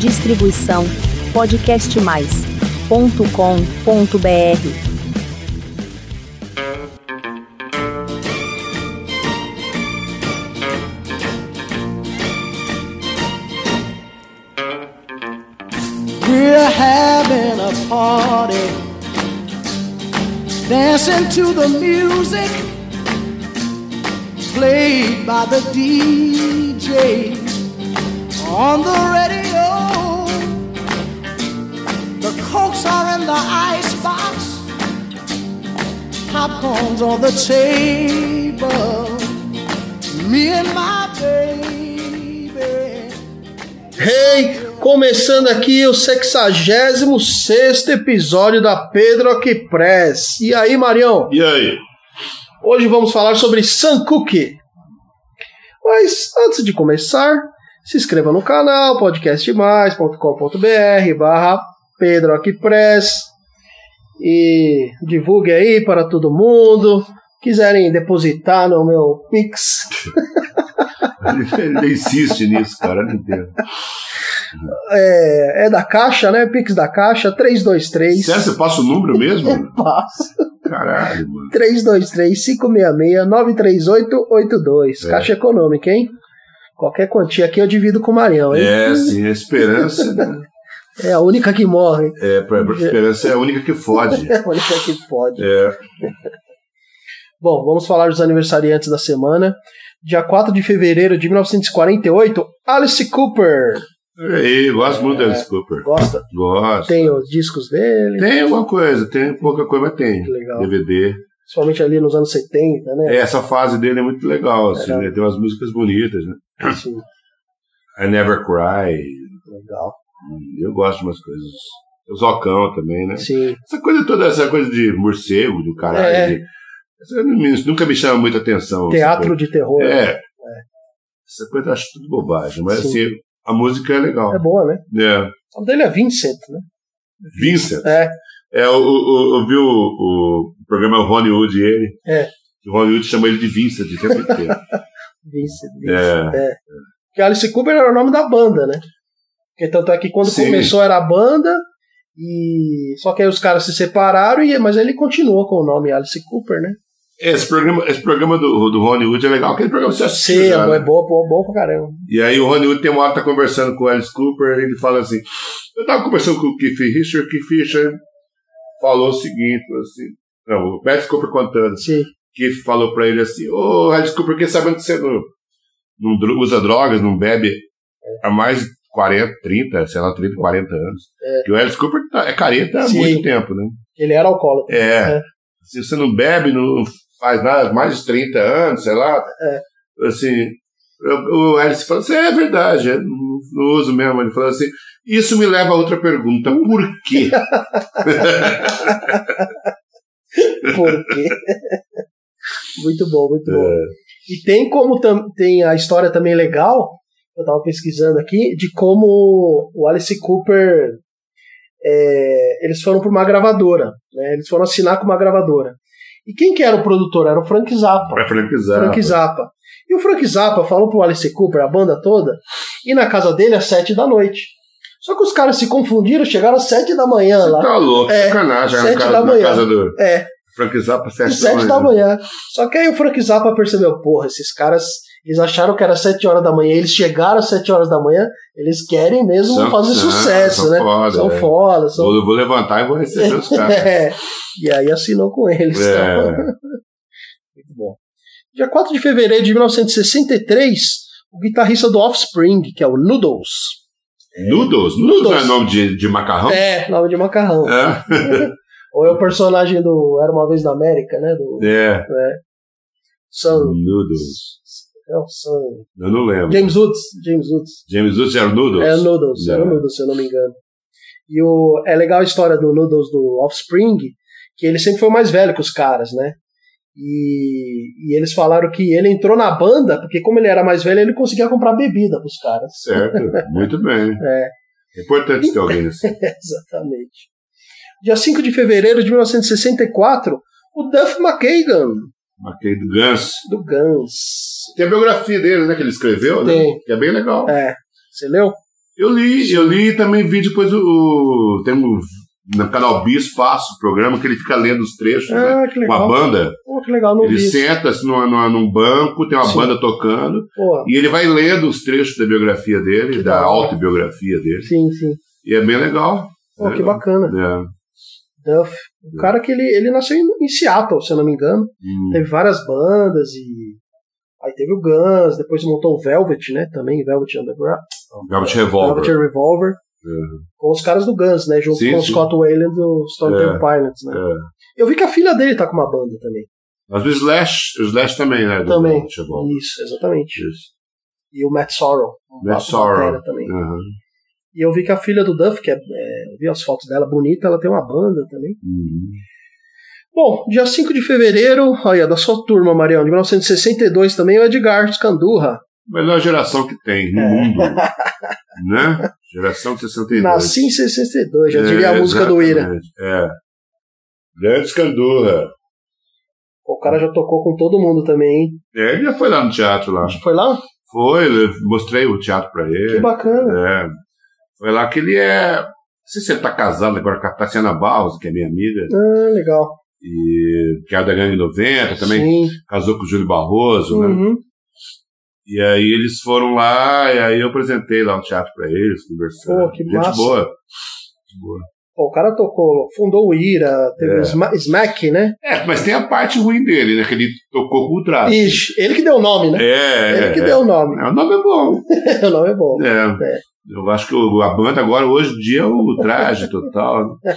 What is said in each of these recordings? Distribuição podcastmais.com.br. We're having a party, dancing to the music played by the DJ on the radio. The cokes are in the icebox, popcorn's on the table. Me and my baby. Hey, começando aqui o 66 episódio da Pedro Que Press. E aí, Marião? E aí? Hoje vamos falar sobre Sankuki. Mas antes de começar, se inscreva no canal podcastmais.com.br barra Pedro Aqui Press e divulgue aí para todo mundo. Quiserem depositar no meu Pix, Ele ainda insiste nisso, cara. Não entendo. é, é da Caixa, né? Pix da Caixa, 323. Sério, você passa o número mesmo? Passa. Caralho, mano. 323-566-93882. É. Caixa econômica, hein? Qualquer quantia aqui eu divido com o Marião, hein? É, sim, a esperança, né? É, a única que morre. É, pra, pra esperança é a única que fode. É a única que pode. É, Bom, vamos falar dos aniversariantes da semana. Dia 4 de fevereiro de 1948, Alice Cooper. eu gosto muito É. da Alice Cooper. Gosta? Gosto. Tem os discos dele, Tem alguma coisa, tem pouca coisa, mas tem. Legal. DVD. principalmente ali nos anos 70, né? É, essa fase dele é muito legal, assim, Era. né? Tem umas músicas bonitas, né? Sim, I Never Cry. legal. Eu gosto de umas coisas. Os Ocão também, né? Sim, Essa coisa toda, essa coisa de morcego, do caralho. É. de- essa não me- nunca me chama muita atenção. assim, essa teatro de terror. coisa. É, É. Essa coisa eu acho tudo bobagem, mas Sim. assim, a música é legal. boa, né? É. O dele é Vincent, né? Vincent. É, É, eu, eu, eu vi o, o programa Hollywood e ele. É. O Hollywood chama ele de Vincent o tempo inteiro. Vincent. Vincent. É. É. Porque Alice Cooper era o nome da banda, né? Porque tanto é que quando Sim. começou era a banda, e só que aí os caras se separaram, e... mas ele continuou com o nome Alice Cooper, né? Esse programa, esse programa do, do Hollywood é legal, aquele programa que você assistiu. Sim, é já, bom, né? é bom, bom, bom pra caramba. E aí o Hollywood tem uma hora que tá conversando com o Alice Cooper, ele fala assim, eu tava conversando com o Keith Richard, o Keith Richard falou o seguinte, falou assim, não, o Alice Cooper contando, Sim, Keith falou pra ele assim, ô Alice Cooper, quem sabe que você não, não dro- usa drogas, não bebe há mais de 40, 30, sei lá, 30, 40 anos. Que o Alice Cooper tá- é careta há Sim. muito tempo, né? ele era alcoólatra. É. É. Se você não bebe, não faz nada, mais de 30 anos, sei lá. É. Assim, eu- o Alice fala assim: é verdade, eu não, não uso mesmo. Ele fala assim: isso me leva a outra pergunta: por quê? Por quê? muito bom, muito bom. É. E tem como tam- tem a história também legal, eu tava pesquisando aqui, de como o Alice Cooper é, eles foram para uma gravadora, né? Eles foram assinar com uma gravadora. E quem que era o produtor? Era o Frank Zappa. Pra franquizar. Frank Zappa. E o Frank Zappa falou pro Alice Cooper, a banda toda, ir na casa dele às sete da noite. Só que os caras se confundiram, chegaram às sete da manhã Você lá. tá louco, É, sacanagem. sete Na casa, da na manhã. casa do É, Frank Zappa, às 7 sete da manhã. Só que aí o Frank Zappa percebeu, porra, esses caras, eles acharam que era sete horas da manhã, eles chegaram às sete horas da manhã, eles querem mesmo São- fazer são- sucesso, são né? foda, são é. foda, são... Vou, vou levantar e vou receber os caras. É. E aí assinou com eles. tá? É. Muito bom. Dia 4 de fevereiro de 1963, o guitarrista do Offspring, que é o Noodles. Noodles? Noodles não é Noodles. nome de, de macarrão? É, nome de macarrão. Ou é o personagem do Era Uma Vez na América, né? Do É. é. Sam... Noodles. É o Sam... Eu não lembro. James Woods. James Woods. James Woods era o Noodles? É o Noodles, era o É. Noodles, se eu não me engano. E o, é legal a história do Noodles do Offspring, que ele sempre foi mais velho que os caras, né? E, e eles falaram que ele entrou na banda, porque como ele era mais velho, ele conseguia comprar bebida pros caras. Certo, muito bem. É. É importante ter alguém assim. Exatamente. Dia 5 de fevereiro de 1964, o Duff McKagan, Aquele do Guns. do Guns. Tem a biografia dele, né? Que ele escreveu, né? Tem. Que é bem legal. É, você leu? Eu li, eu li e também vi depois o. o- tem um. No canal Bi Espaço, programa que ele fica lendo os trechos, né? Ah, que Com a legal. banda. Pô, que legal, não Ele vi isso. senta assim, numa, numa- num banco, tem uma Sim. banda tocando, Pô, e ele vai lendo os trechos da biografia dele, Que da da hora. autobiografia dele. sim, sim. E é bem legal. Pô, É que legal. bacana. É. Duff. O cara que ele, ele nasceu em, em Seattle, se eu não me engano. Hum. Teve várias bandas e. Aí teve o Guns, depois montou o Velvet, né? Também, Velvet Underground. Velvet Revolver. Uhum. Velvet Revolver. Com os caras do Guns, né? Junto Sim, com o sim. Scott Wayland do Stone É, Temple Pilots, né? é. Eu vi que a filha dele tá com uma banda também. Mas o Slash, o Slash também, né? Do Também. Velvet Revolver. Isso, exatamente. Isso. E o Matt Sorrell. um Matt bato batera Sorrell. Uhum. Também. Aham. E eu vi que a filha do Duff, que é, é, eu vi as fotos dela bonita, ela tem uma banda também. Hum. Bom, dia 5 de fevereiro, olha, da sua turma, Marião, de 1962 também, o Edgar Scandurra. Melhor é geração que tem É. no mundo. né? Geração de 62. Nasci em 62, já diria a É, música do Ira. exatamente, É. Grande Escandurra. O cara já tocou com todo mundo também, hein? É, ele já foi lá no teatro lá. Foi lá? Foi, eu mostrei o teatro pra Que ele. bacana. Ah. É. Foi lá que ele é. Não sei se ele tá casado agora com a Tassiana Barros, que é minha amiga, Ah, legal. e que é da Gangue 90, também Sim. casou com o Júlio Barroso, né? Uhum. E aí eles foram lá, e aí eu apresentei lá o teatro pra eles, conversando. Pô, que Gente massa. boa. Gente boa. Pô, o cara tocou, fundou o Ira, teve É. o Sma- Smack, né? É, mas tem a parte ruim dele, né? Que ele tocou com o traço. Ixi, ele que deu o nome, né? Ah, É, ele que é. deu o nome. É, o nome é bom. o nome é bom. É. É. Eu acho que o- a banda agora, hoje em dia, é o traje total. né?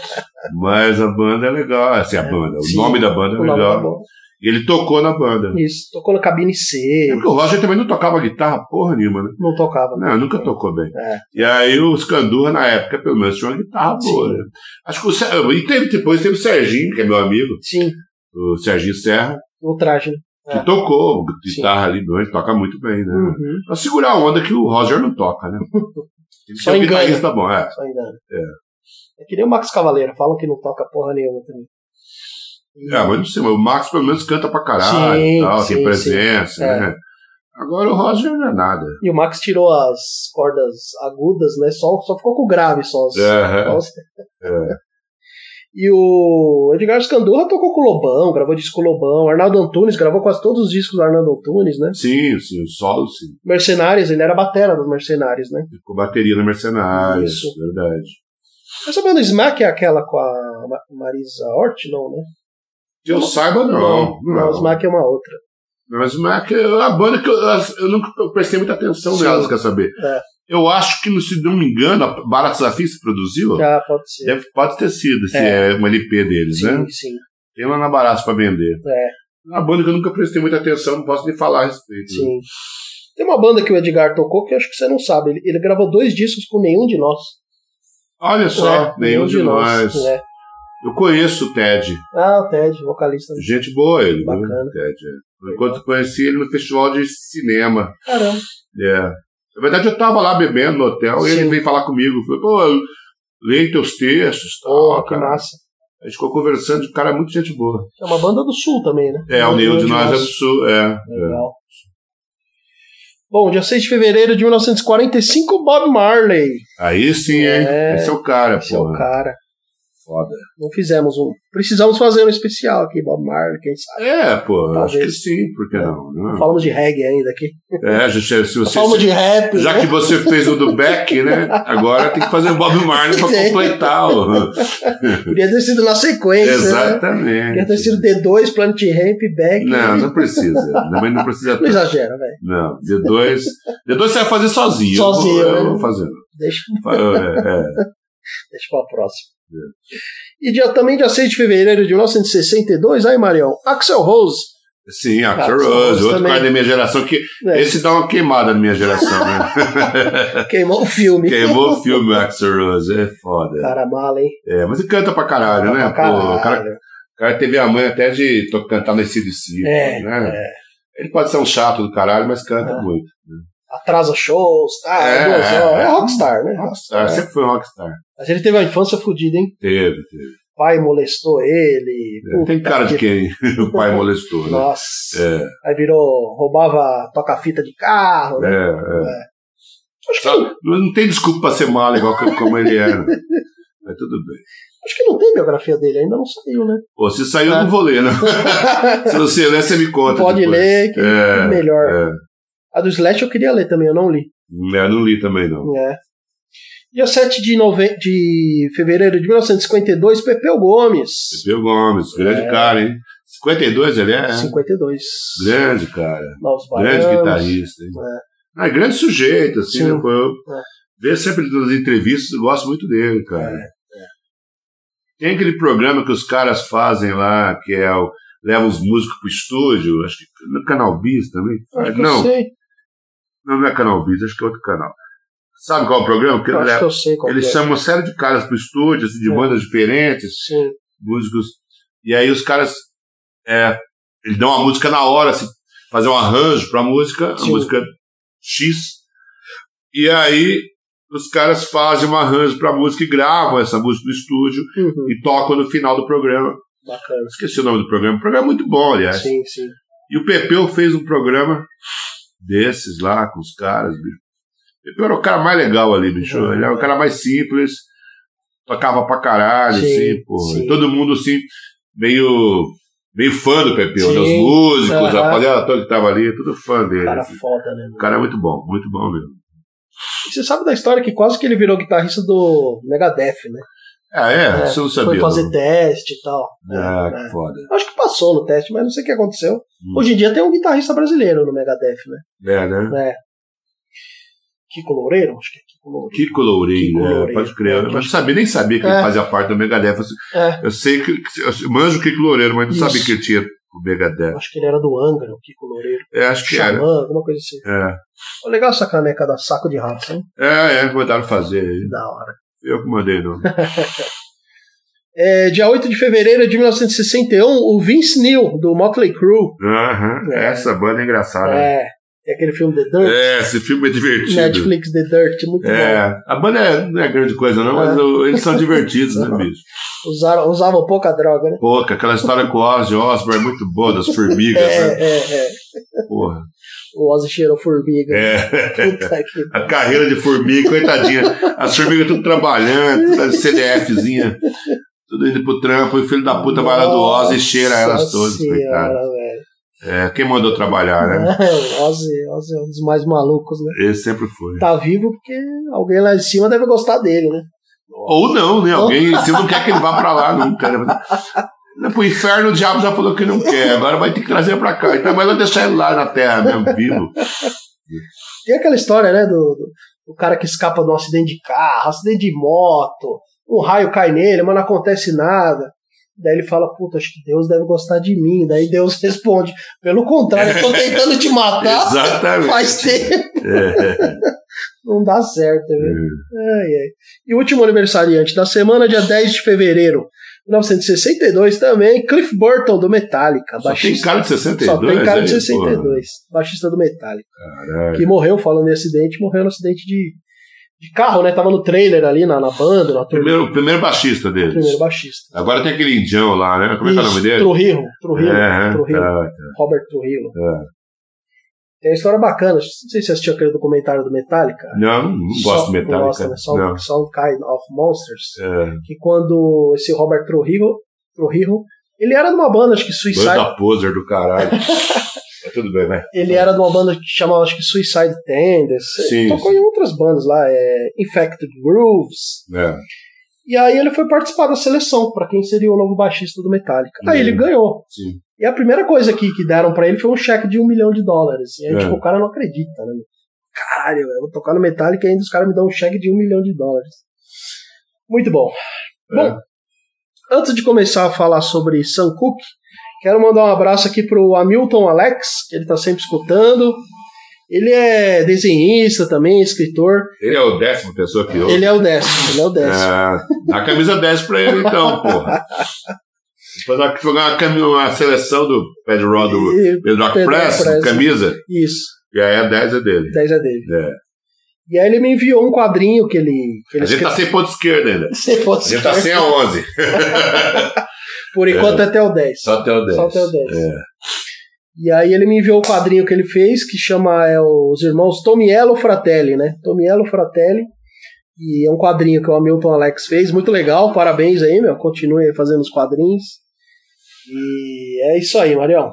Mas a banda é legal. Assim, a banda, o Sim, nome da banda é O nome tá legal. bom. E ele tocou na banda. Isso, tocou na cabine É C, porque o Roger também não tocava guitarra porra nenhuma, né? não tocava. Não, nunca tocou bem. É. E aí o Scandurra, na época, pelo menos, tinha uma guitarra Sim. boa. né? Acho que o Ser- E teve, depois teve o Serginho, que é meu amigo, Sim, o Serginho Serra, o traje. né? que É. tocou Sim. guitarra ali, ele toca muito bem, né? Uhum. Pra segurar a onda que o Roger não toca, né? Tem que Só ser um engana. guitarrista bom, é. Só engano. né? É. que nem o Max Cavaleiro, falam que não toca porra nenhuma também. E- É, mas não sei, mas o Max pelo menos canta pra caralho e Hum. Sim, tal, sim, tem presença, sim. É. né? Agora o Roger não é nada. E o Max tirou as cordas agudas, né? Só, só ficou com o grave só. As, É, só as- E o Edgar Scandurra tocou com o Lobão, gravou disco com o Lobão. O Arnaldo Antunes gravou quase todos os discos do Arnaldo Antunes, né? Sim, sim, o solo sim. Mercenários, ele era batera dos Mercenários, né? Ficou bateria no Mercenários, Isso. verdade. Essa banda Smack é aquela com a Ma- Marisa Hort, não, né? Que eu saiba, não. Não, Não, Smack é uma outra. Mas o Mac é uma banda que eu, eu nunca prestei muita atenção Sim. nelas, quer saber? É. Eu acho que, se não me engano, a Barata Safia se produziu. Ah, pode ser. Deve- pode ter sido, se É. é, um LP deles, né? Sim, sim. Tem lá na Barata pra vender. É. Uma banda que eu nunca prestei muita atenção, não posso nem falar a respeito. né? Sim. Tem uma banda que o Edgar tocou que eu acho que você não sabe. Ele, ele gravou dois discos com nenhum de nós. Olha só, É, nenhum de nós. né? É. Eu conheço o Ted. Ah, o Ted, vocalista. Gente boa ele, viu? Bacana. Ted. é. Enquanto eu conheci ele no festival de cinema. Caramba. É. Na verdade, eu tava lá bebendo no hotel e Sim. ele veio falar comigo. Falei, pô, eu leio teus textos. Oh, tal, que cara. massa. A gente ficou conversando, o cara é muito gente boa. É uma banda do Sul também, né? É, o Nenhum de Nós é do Sul. É. Legal. Bom, dia 6 de fevereiro de 1945, Bob Marley. Aí sim, hein? É. Esse é o cara, Esse é o pô. cara. Foda. Não fizemos um. Precisamos fazer um especial aqui, Bob Marley, quem sabe. É, pô, eu acho que Talvez. É. sim, por que não? Não né? Falamos de reggae ainda aqui. É, gente, se você. Falamos de rap. Já né? que você fez o do Beck, né? Agora tem que fazer o Bob Marley pra Tem. completar o. Podia ter sido na sequência. Né? Podia ter Exatamente. sido D2, Planet Ramp, Beck. Não, não precisa. Também não precisa Não tanto. exagera, velho. Não, D2. D2 você vai fazer sozinho. Sozinho, Eu vou, né? eu vou fazer. Deixa, É, é. deixa pra próxima. E dia, também dia 6 de fevereiro de 1962, aí, Marião, Axel Rose. Sim, Axel Axl Rose Rose, outro Ah, também. cara da minha geração, que né, esse dá uma queimada na minha geração, né? queimou o filme. Queimou o filme, Axel Rose, é foda. Cara mala, hein? É, mas ele canta pra caralho, Tá. Pra né? Pô, o, cara, caralho. o cara teve a mãe até de to- cantar no CDC, É, né? é. Ele pode ser um chato do caralho, mas canta É. muito. Atrasa shows, tá? É, É, duas horas. é. É rockstar, né? Rockstar, É. sempre foi um rockstar. Mas ele teve uma infância fodida, hein? Teve, teve. Pai molestou ele. É, puta Tem cara de que- quem o pai molestou, né? Nossa. É, Aí virou, roubava toca-fita de carro, né? é, é. Acho que, Sabe? não, Não não tem desculpa pra ser mal igual que- como ele era. Mas tudo bem. acho que não tem biografia dele, ainda não saiu, né? Pô, se saiu, eu não vou ler, né? Se você ler, você me conta. Pode depois. ler, que É, é melhor. é. A do Slash eu queria ler também, eu não li. Eu não li também, não. É. Dia 7 de, nove... de fevereiro de 1952, Pepeu Gomes. Pepeu Gomes, É. grande cara, hein? 52 ele é? 52. Grande cara. Novos Grande Baianos. guitarrista. Hein? Ah, grande sujeito, assim, É. Sim. né? Pô, eu É. vejo sempre nas entrevistas, eu gosto muito dele, cara. é. Tem aquele programa que os caras fazem lá, que é o. Leva os músicos pro estúdio, acho que no Canal Bis também. Ah, Acho que eu não, sei. não, não é Canal Bis, acho que é outro canal. Sabe qual é o programa? Que Eu acho leva- que eu sei qual eles que é. chamam uma série de caras pro estúdio, assim, de É. bandas diferentes, Sim. músicos. E aí os caras. É, eles dão a música na hora, assim, fazer um arranjo pra música, a Sim. música X. E aí os caras fazem um arranjo pra música e gravam essa música no estúdio Uhum, e tocam no final do programa. Bacana. Esqueci o nome do programa. O programa é muito bom, aliás. Sim, sim. E o Pepeu fez um programa desses lá com os caras, bicho. O Pepeu era o cara mais legal ali, bicho. Uhum. Ele era o cara mais simples, tocava pra caralho, Sim, assim, porra. sim. E todo mundo, assim, meio, meio fã do Pepeu, né? Os Sim, músicos, aham. a rapaziada toda que tava ali, tudo fã dele. Cara assim. foda, né? mano? O cara é muito bom, muito bom mesmo. E Você sabe da história que quase que ele virou guitarrista do Megadeth, né? Ah, é? É, Você não sabia. Foi fazer não. teste e tal. Ah, É. que foda. Acho que passou no teste, mas não sei o que aconteceu. Hum. Hoje em dia tem um guitarrista brasileiro no Megadeth, né? É, né? É. Kiko Loureiro? Acho que é Kiko Loureiro. Kiko Loureiro, Kiko né? Loureiro. pode crer. É, Eu não sabia, nem sabia que É. ele fazia parte do Megadeth. Eu É, Eu sei que. que- Eu manjo o Kiko Loureiro, mas não Isso. sabia que ele tinha o Megadeth. acho que ele era do Angra, o Kiko Loureiro. É, acho que era. Xamã, alguma coisa assim. É. Ó, legal essa caneca da Saco de Raça, hein? É, é, mandaram fazer aí. Da hora. Eu que mandei, não. É, dia 8 de fevereiro de 1961, o Vince Neil, do Motley Crue. Aham. É. Essa banda é engraçada. né? É, tem aquele filme The Dirt. É, esse filme é divertido. Netflix The Dirt, muito bom. É, a banda é- não é grande coisa, não, mas É. o- eles são divertidos, né, bicho? Usaram, usavam pouca droga, né? Pouca, aquela história com o Ozzy Osbourne é muito boa, das formigas, né? É, é, é. Porra. O Ozzy cheirou formiga. É, Puta que a carreira de formiga, coitadinha. As formigas tudo trabalhando, tudo CDFzinha, tudo indo pro trampo, e o filho da puta vai lá do Ozzy e cheira elas todas, coitado. coitado. É, quem mandou trabalhar, né? É, o Ozzy, Ozzy é um dos mais malucos, né? Ele sempre foi. Tá vivo porque alguém lá em cima deve gostar dele, né? Ou não, né? Alguém, você não quer que ele vá pra lá nunca. Né? Não, Pro inferno o diabo já falou que não quer, agora vai ter que trazer pra cá. Então é melhor deixar ele lá na terra mesmo, vivo. Tem aquela história, né, do, do, do cara que escapa de um acidente de carro, acidente de moto, um raio cai nele, mas não acontece nada. Daí ele fala, puta, acho que Deus deve gostar de mim. Daí Deus responde, pelo contrário, eu tô tentando te matar Exatamente. faz tempo. É, Não dá certo, viu? Ai, ai. E o último aniversariante da semana, dia 10 de fevereiro de 1962 também, Cliff Burton, do Metallica. Só tem cara de 62. Só tem cara de aí, porra. 62. Baixista do Metallica. Caralho. Que morreu falando em acidente, morreu no acidente de, de carro, né? Tava no trailer ali, na, na banda, na turnê. Primeiro, primeiro baixista deles. Primeiro baixista. Agora tem aquele indião lá, né? Como é que é o nome Isso, dele? Trujillo. Trujillo. é, Trujillo. tá. Robert Trujillo. Tem uma história bacana. Não sei se você assistiu aquele documentário do Metallica. Não, não Só- gosto de Metallica. Gosta, né? Só, não. Só Kind of Monsters. É, Que quando esse Robert Trujillo, Trujillo ele era de uma banda, acho que Suicide. banda poser do caralho. Mas tudo bem, né? vai. Ele era de uma banda que chamava, acho que Suicide Tenders. Sim, Ele tocou sim. em outras bandas lá, é, Infected Grooves. É. E aí ele foi participar da seleção pra quem seria o novo baixista do Metallica. Aí Uhum. ele ganhou. Sim. E a primeira coisa que, que deram pra ele foi um cheque de um milhão de dólares. E aí, É. tipo, o cara não acredita, né? Caralho, eu vou tocar no Metallica e ainda os caras me dão um cheque de um milhão de dólares. Muito bom. É. Bom, antes de começar a falar sobre Sam Cooke, quero mandar um abraço aqui pro Hamilton Alex, que ele tá sempre escutando. Ele é desenhista também, escritor. Ele é o décimo pessoa que ouve. Ele é o décimo, ele é o décimo. É, dá a camisa 10 pra ele então, porra. Depois ela jogar uma, cami- uma seleção do Pedro Rod do E- Pedro Rock Pedro Press, Press. camisa, Isso, e aí a 10 é dele. 10 é dele. É. E aí ele me enviou um quadrinho que ele. Que A ele gente tá escreveu. sem ponto esquerdo ainda. Você A pode gente tá escrever. sem a 11. Por enquanto é até o 10. Só até o 10. Só até o 10. É. E aí ele me enviou o quadrinho que ele fez, que chama é, Os Irmãos Tomiello Fratelli, né? Tomiello Fratelli. E é um quadrinho que o Hamilton Alex fez, muito legal, parabéns aí, meu. Continue fazendo os quadrinhos. E é isso aí, Marião.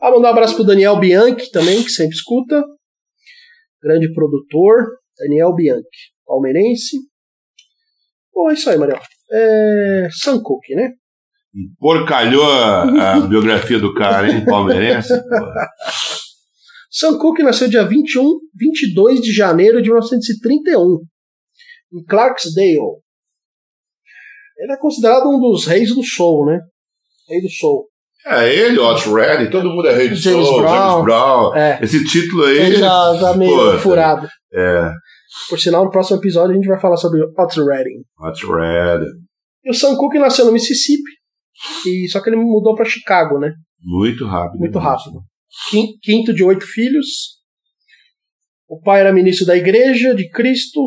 Ah, mandar um abraço pro Daniel Bianchi também, que sempre escuta. Grande produtor, Daniel Bianchi, palmeirense. Bom, é isso aí, Marião. É... Sankook, né? Porcalhou a, a biografia do cara, hein? Palmeirense. porra. Sam Cooke nasceu dia 21, 22 de janeiro de 1931, em Clarksdale. Ele é considerado um dos reis do soul, né? Rei do soul. É ele, Otis Redding, todo mundo é rei de James soul, Brown. James Brown. É. Esse título aí. Ele já tá meio Pô, furado. É, Por sinal, no próximo episódio a gente vai falar sobre Otis Redding. Otis Redding. E o Sam Cooke nasceu no Mississippi, e só que ele mudou para Chicago, né? Muito rápido. Muito rápido. Quin- Quinto de oito filhos. O pai era ministro da Igreja de Cristo.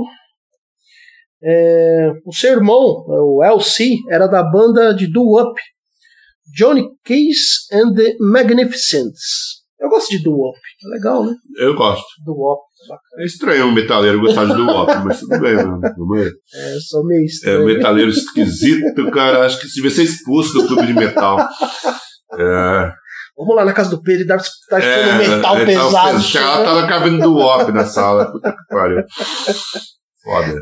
É, o seu irmão, é, o LC, era da banda de doo-wop Johnny Case and the Magnificents. Eu gosto de doo-wop, é legal, né? Eu gosto. Doo-wop, bacana. É estranho um metaleiro gostar de do ópio, mas tudo bem, mano. Não é? É, eu sou meio É estranho. um metaleiro esquisito, cara. Acho que devia ser expulso do clube de metal. É, Vamos lá na casa do Pedro tá, e dar, dar é, um metal é, pesado. Chega lá, tá na cabine do Wop na sala. Puta que pariu. Foda.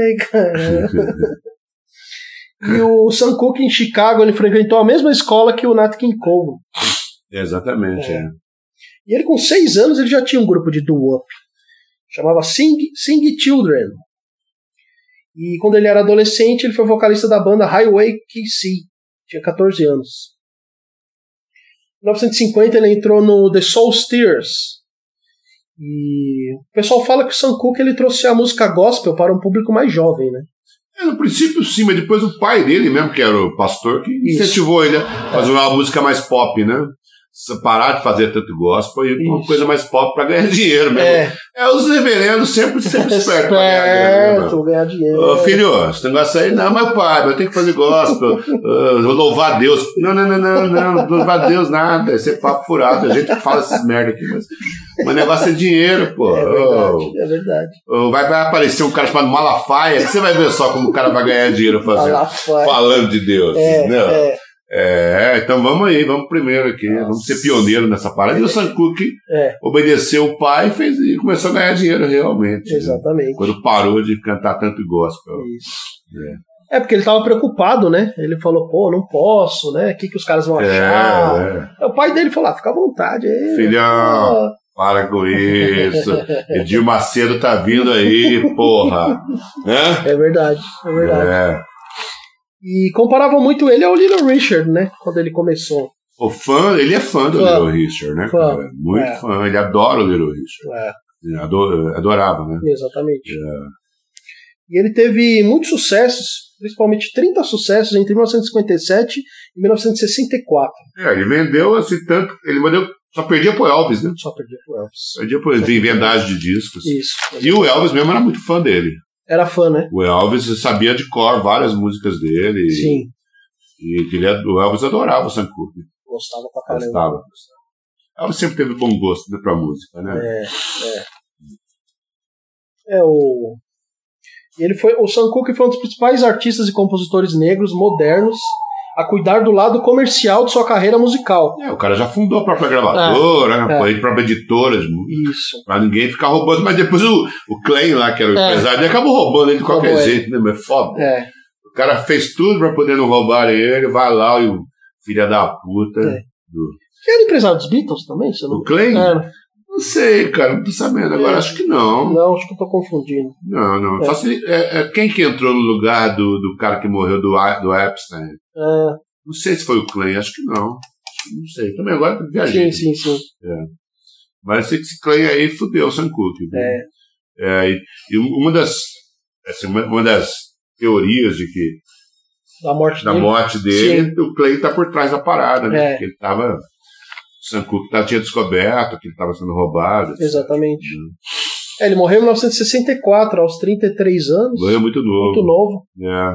Ai, cara. E o Sam Cooke em Chicago, ele frequentou a mesma escola que o Nat King Cole. É, exatamente. é. E ele, com seis anos, ele já tinha um grupo de doo-wop. Chamava Sing, Sing Children. E quando ele era adolescente, ele foi vocalista da banda Highway KC. Tinha 14 anos. Em 1950, ele entrou no The Soul Steers. E o pessoal fala que o Sam Cooke ele trouxe a música gospel para um público mais jovem, né? É, no princípio sim, mas depois o pai dele mesmo, que era o pastor, que Isso. incentivou ele a fazer uma música mais pop, né? Se Parar de fazer tanto gospel e uma Isso. coisa mais pop pra ganhar dinheiro mesmo. É, os reverendos sempre, sempre espertos pra ganhar dinheiro, né, mano? Esperto, ganhar dinheiro. Ô, filho, esse negócio aí, não, mas pai, eu tenho que fazer gospel, ah, vou louvar a Deus. Não, não, não, não, não, não louvar a Deus nada, esse é papo furado, a gente que fala essas merda aqui, mas, mas o negócio é dinheiro, pô. É Ô, verdade, é verdade. ô, vai, vai aparecer um cara chamado Malafaia, que você vai ver só como o cara vai ganhar dinheiro fazendo. Tá Malafaia. Falando de Deus. É, não. É. é, então vamos aí, vamos primeiro aqui, vamos ser pioneiro nessa parada. E o Sam Cooke É. obedeceu o pai e, fez, e começou a ganhar dinheiro realmente. né? exatamente. Quando parou de cantar tanto gospel. Isso. É. porque ele tava preocupado, né? Ele falou, pô, não posso, né? O que, que os caras vão achar? É, é. O pai dele falou, ah, fica à vontade aí. Filhão, Ah, para com isso. Edir Macedo tá vindo aí, porra. Né? É verdade, é verdade. É. E comparava muito ele ao Little Richard, né? Quando ele começou. O fã, ele é fã do Fã. Little Richard, né? Fã. cara? Muito É. fã, ele adora o Little Richard. né? É, Ador- Adorava, né? exatamente. E ele teve muitos sucessos, principalmente 30 sucessos entre 1957 e 1964. É, ele vendeu assim tanto. Ele vendeu. Só perdia pro Elvis, né? Só perdi pro Elvis. Só perdia pro Elvis. Em vendagem de discos. Isso. E o Elvis mesmo era muito fã dele. Era fã, né? O Elvis sabia de cor várias músicas dele. Sim. E que ele, o Elvis adorava o Sam Cooke. Gostava pra caramba. Gostava. gostava. O Elvis sempre teve bom gosto né, pra música, né? É, é. É o. e Ele foi, o Sam Cooke foi um dos principais artistas e compositores negros modernos a cuidar do lado comercial de sua carreira musical. É, o cara já fundou a própria gravadora, é. né, pô, a própria editora de música. Isso. Pra ninguém ficar roubando. Mas depois o, o Klein lá, que era o É. empresário, ele acabou roubando ele de qualquer Roubou ele. jeito, né? Mas é foda. É. O cara fez tudo pra poder não roubar ele, vai lá e o filha da puta. É. Que era empresário dos Beatles também, se eu O não Clay? Era. Não sei, cara, não tô sabendo. É. Agora acho que não. Não, acho que eu tô confundindo. Não, não. É. Só se. É, é, quem que entrou no lugar do, do cara que morreu do, A- do Epstein? Ah, Não sei se foi o Clay, acho que não. Acho que Não sei. Também agora eu viajei. sim, sim, sim. Mas sei que esse Clay aí fudeu o Sam Cooke. viu? É. É, e, e uma das. assim, uma, uma das teorias de que Da morte da dele. morte dele, o Clay tá por trás da parada, né? É. Porque ele tava. O Sam Cooke tá- tinha descoberto que ele tava sendo roubado. Exatamente. É, ele morreu em 1964, aos 33 anos. Ganhou é muito novo. Muito novo. É.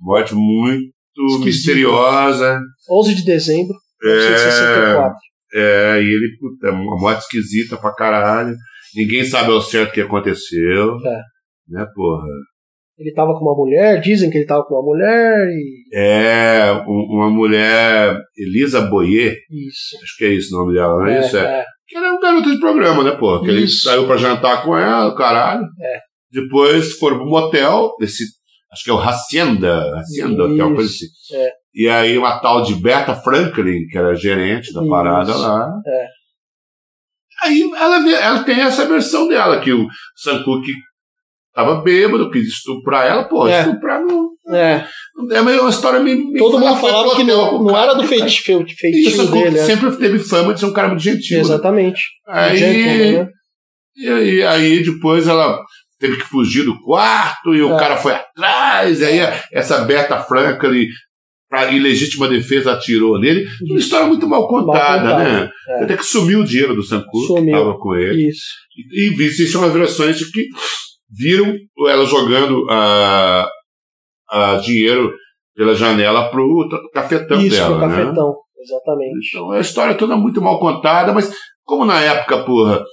Morte muito Esquisita. misteriosa. 11 de dezembro de É, 1964. É, e ele, puta, uma moto esquisita pra caralho. Ninguém sabe ao certo o que aconteceu. É. Né, porra? Ele tava com uma mulher, dizem que ele tava com uma mulher e. É, um- uma mulher, Elisa Boyer, Isso. acho que é isso o nome dela, não é, isso? É. é. Que era um garoto de programa, né, pô? Que ele Isso. saiu pra jantar com ela, caralho. É. Depois foram pro motel, esse, acho que é o Hacienda, Hacienda, que é uma coisa assim. é. E aí uma tal de Beta Franklin, que era gerente da Isso. parada lá. É. Aí ela, vê- ela tem essa versão dela, que o Sam Cooke tava bêbado, quis estuprar ela, pô, É. estuprar não. É, É meio- uma história meio. meio todo mundo foi pro falava que hotel não, com o não cara. era do feiti- fe- E o Sam feitio Cooke dele, né? sempre teve fama de ser um cara muito gentil. né? Exatamente. Aí- Gentleman, né? E aí, aí depois ela teve que fugir do quarto e o É. cara foi atrás, e aí essa Berta Franklin, pra ilegítima defesa, atirou nele. Uma história muito mal contada, Mal contada, né? é. Até que sumiu o dinheiro do Sanku, que Sumiu. tava com ele. Isso. E, e existem umas versões de que viram ela jogando ah, ah, dinheiro pela janela pro tra- cafetão Isso, dela, pro né? cafetão. Exatamente. Então, a história toda muito mal contada, mas como na época, porra,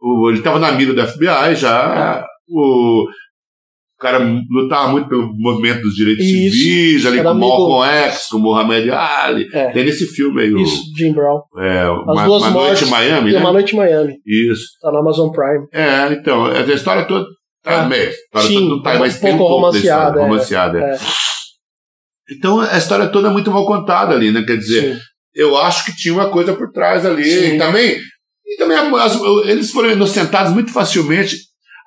o- ele estava na mira do FBI já, o, o cara lutava muito pelo movimento dos direitos Isso. civis, ali Era com amigo- Malcolm X, com Mohamed Ali. É. Então, Tem nesse filme aí, o- Isso, Jim Brown. é, uma, duas Uma noite mortes em Miami, E né? Uma Noite em Miami. Isso. Tá na Amazon Prime. É, então, essa história toda tá É. meio. a História Sim, toda não tá, um mas tem um pouco pouco da história, romanceada, é. romanceada, é. É. Então a história toda é muito mal contada ali, né? Quer dizer, Sim. eu acho que tinha uma coisa por trás ali. Sim. E também, e também as- eles foram inocentados muito facilmente.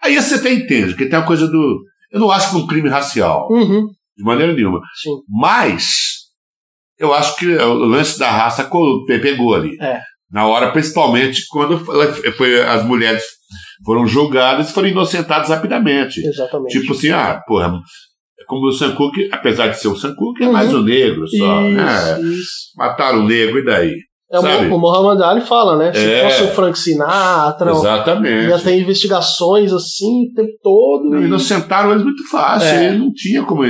Aí você até entende, que tem uma coisa do. Eu não acho que foi um crime racial, Uhum, de maneira nenhuma. sim. Mas eu acho que o lance da raça co- pe- pegou ali. É. Na hora, principalmente, quando ela foi- as mulheres foram julgadas e foram inocentadas rapidamente. Exatamente. Tipo assim, ah, porra, é como o Sam Cooke, apesar de ser o Sam Cooke, é Uhum. mais um negro só, né? Isso, isso. Mataram o negro e daí? É o, Sabe? Mo- o Muhammad Ali fala, né? Se É. fosse o Frank Sinatra, Exatamente. ia ter investigações assim o tempo todo. Não, e- Inocentaram eles muito fácil, É. ele não tinha como.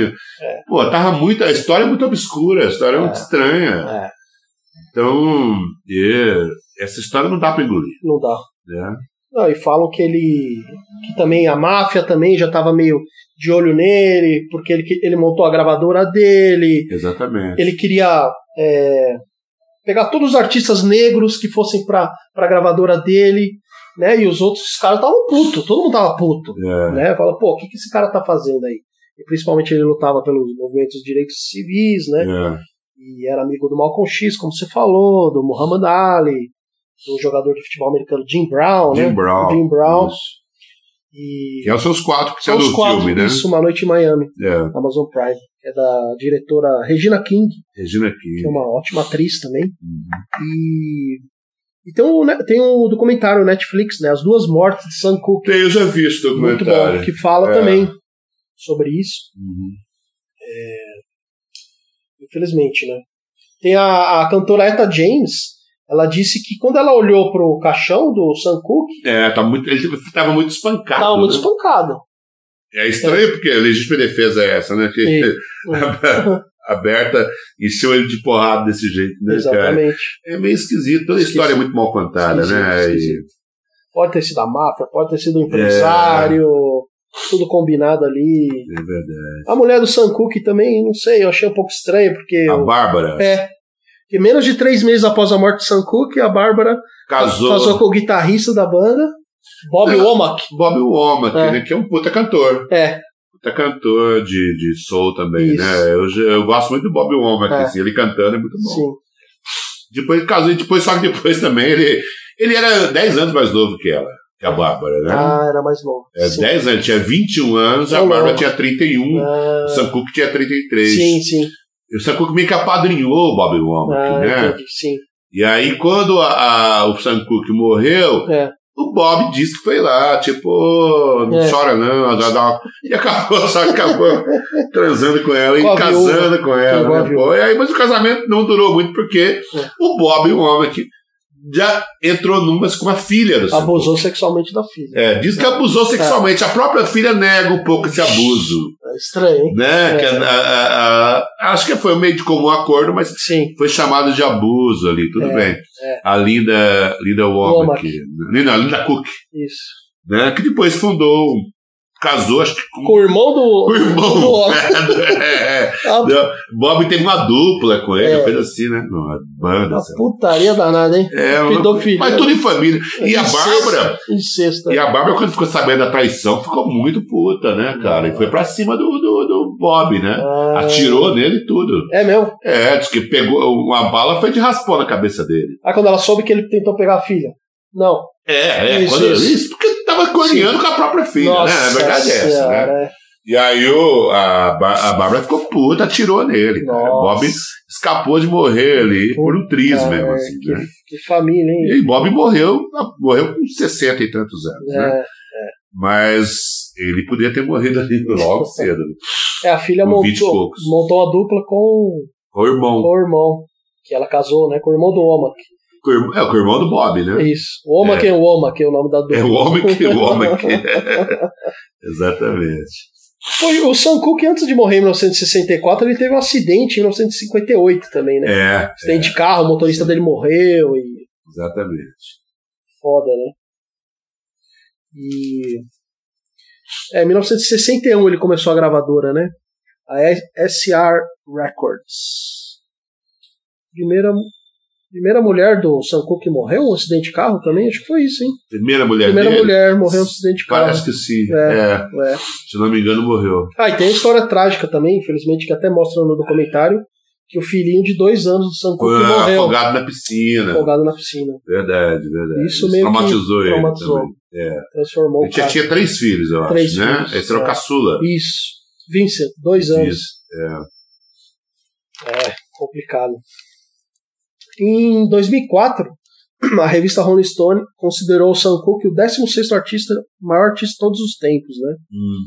Pô, tava muito. A história é muito obscura, a história é, muito É. estranha. É, Então, é, essa história não dá pra engolir, não dá. né? Não, e falam que ele. que também a máfia também já tava meio de olho nele, porque ele, que- ele montou a gravadora dele, Exatamente. ele queria é, pegar todos os artistas negros que fossem pra, pra gravadora dele, né? E os outros caras estavam puto, todo mundo tava puto. É, né? Fala, pô, o que, que esse cara tá fazendo aí? E principalmente ele lutava pelos movimentos de direitos civis, né? é. E era amigo do Malcolm X, como você falou, do Muhammad Ali, do jogador de futebol americano Jim Brown, Jim né? Brown. Jim Brown. Isso. E Que é os seus quatro que são são os do quatro, filme, né? isso, Uma Noite em Miami, É, Amazon Prime. É da diretora Regina King, Regina que é King. uma ótima atriz também. Uhum. E, e tem, um, né, tem um documentário Netflix, né? As Duas Mortes de Sam Cooke, Tem, eu já vi esse muito bom, documentário. que fala É. também sobre isso. É, Uhum. infelizmente, né? Tem a, a cantora Etta James, ela disse que quando ela olhou pro caixão do Sam Cooke, É, tá muito, ele tava muito espancado. tava muito né? espancado. É estranho, porque a legítima defesa é essa, né? Que Sim. aberta, encheu ele de porrada desse jeito, né, cara? Exatamente. É meio esquisito, toda a Esquisito. história é muito mal contada, Esquisito, né? E- esquisito. Pode ter sido a máfia, pode ter É. sido um empresário, tudo combinado ali. É verdade. A mulher do Sam Cooke também, não sei, eu achei um pouco estranho, porque. A Bárbara É. Que menos de três meses após a morte de Sam Cooke, a Bárbara casou, com o guitarrista da banda, Bob É. Womack. com Bob Womack, É. né? Que é um puta cantor. É, Puta cantor de, de soul também, Isso. né? Eu, já- eu gosto muito do Bob Womack, É. assim, ele cantando é muito bom. sim. Depois ele casou, e depois, só que depois também ele, ele era 10 anos mais novo que ela, que a Bárbara, né? Ah, era mais novo. É, sim. É 10 anos, tinha 21 anos, a Eu Bárbara lembro. tinha 31, Ah, o Sam Cooke tinha 33. sim, sim. E o Sam Cooke meio que apadrinhou o Bob Womack, Ah, né? entendi, sim. E aí, quando a- a- o Sam Cooke morreu, É. o Bob disse que foi lá, tipo, "Ô, não É. chora não, dá, dá uma-" e acabou, só que acabou transando com ela e Com a casando com Pegou a ela. Né, viúva. pô? E aí, mas o casamento não durou muito, porque É. o Bob, o homem que já entrou numas com a filha do Sam Cooke. Abusou sexualmente da filha. É, diz que abusou sexualmente. A própria filha nega um pouco esse abuso. Ah, Estranho, hein? Né? Que a- a- a- a- acho que foi um meio de comum acordo, mas Sim. foi chamado de abuso ali, tudo É, bem. A Linda, Linda Womack. Womack. Linda, Linda Cook, Isso. né? Que depois fundou, um, casou, acho que com Com o irmão do. o irmão. do Ah, homem. É, é. A, Deu- Bob teve uma dupla com ele, É. coisa assim, né? Uma banda. a sei lá. putaria danada, hein? É, uma- Pedofilia. mas tudo em família. E a Incesto. Bárbara, Incesto. e a Bárbara, quando ficou sabendo da traição, ficou muito puta, né, cara? E foi pra cima do, do, do Bob, né? Ah, Atirou nele e tudo. É mesmo? É, diz que pegou uma bala foi de raspão na cabeça dele. Ah, quando ela soube que ele tentou pegar a filha. Não. É, é. Isso, quando- isso. isso porque tava corneando com a própria filha, Nossa né? A verdade é essa, né? senhora, é. E aí o, a, Bá- a Bárbara ficou puta, atirou nele. Cara. Nossa. Bob escapou de morrer ali por um triz Cara, mesmo, assim, que, né? que família, hein? E Bob morreu, morreu com 60 e tantos anos, né? É, Mas ele podia ter morrido ali logo cedo. né? É, a filha Com 20 e montou, poucos. montou uma dupla com, Com o com irmão. o irmão. Que ela casou, né? Com o irmão do Omak. Com o irmão- é, com o irmão do Bob, né? Isso. Omak é. o Omak, é o nome da dupla. É o homem que o homem que. é. Exatamente. Foi o Sam Cooke, antes de morrer em 1964, ele teve um acidente em 1958 também, né? É, acidente de carro, o motorista dele morreu e exatamente. foda, né? E. É, em 1961 ele começou a gravadora, né? A SR Records. Primeira, primeira mulher do Sam Cooke morreu, um acidente de carro também? Acho que foi isso, hein? Primeira mulher Primeira dele? mulher morreu, um acidente de carro. Parece que sim. É. é. É. Se não me engano, morreu. Ah, e tem a história trágica também, infelizmente, que até mostra no documentário, que o filhinho de dois anos do Sam Cooke Foi morreu Ah, afogado na piscina. afogado na piscina. Verdade, verdade. Isso meio que traumatizou ele. traumatizou. também. É. Transformou Ele o tinha, cara. tinha três filhos, eu acho, Três né? filhos, Esse era o é. caçula. Isso. Vincent, dois anos. Isso, é. É, complicado. Em 2004, a revista Rolling Stone considerou o Sam Cooke o 16º artista, maior artista de todos os tempos, né? Hum.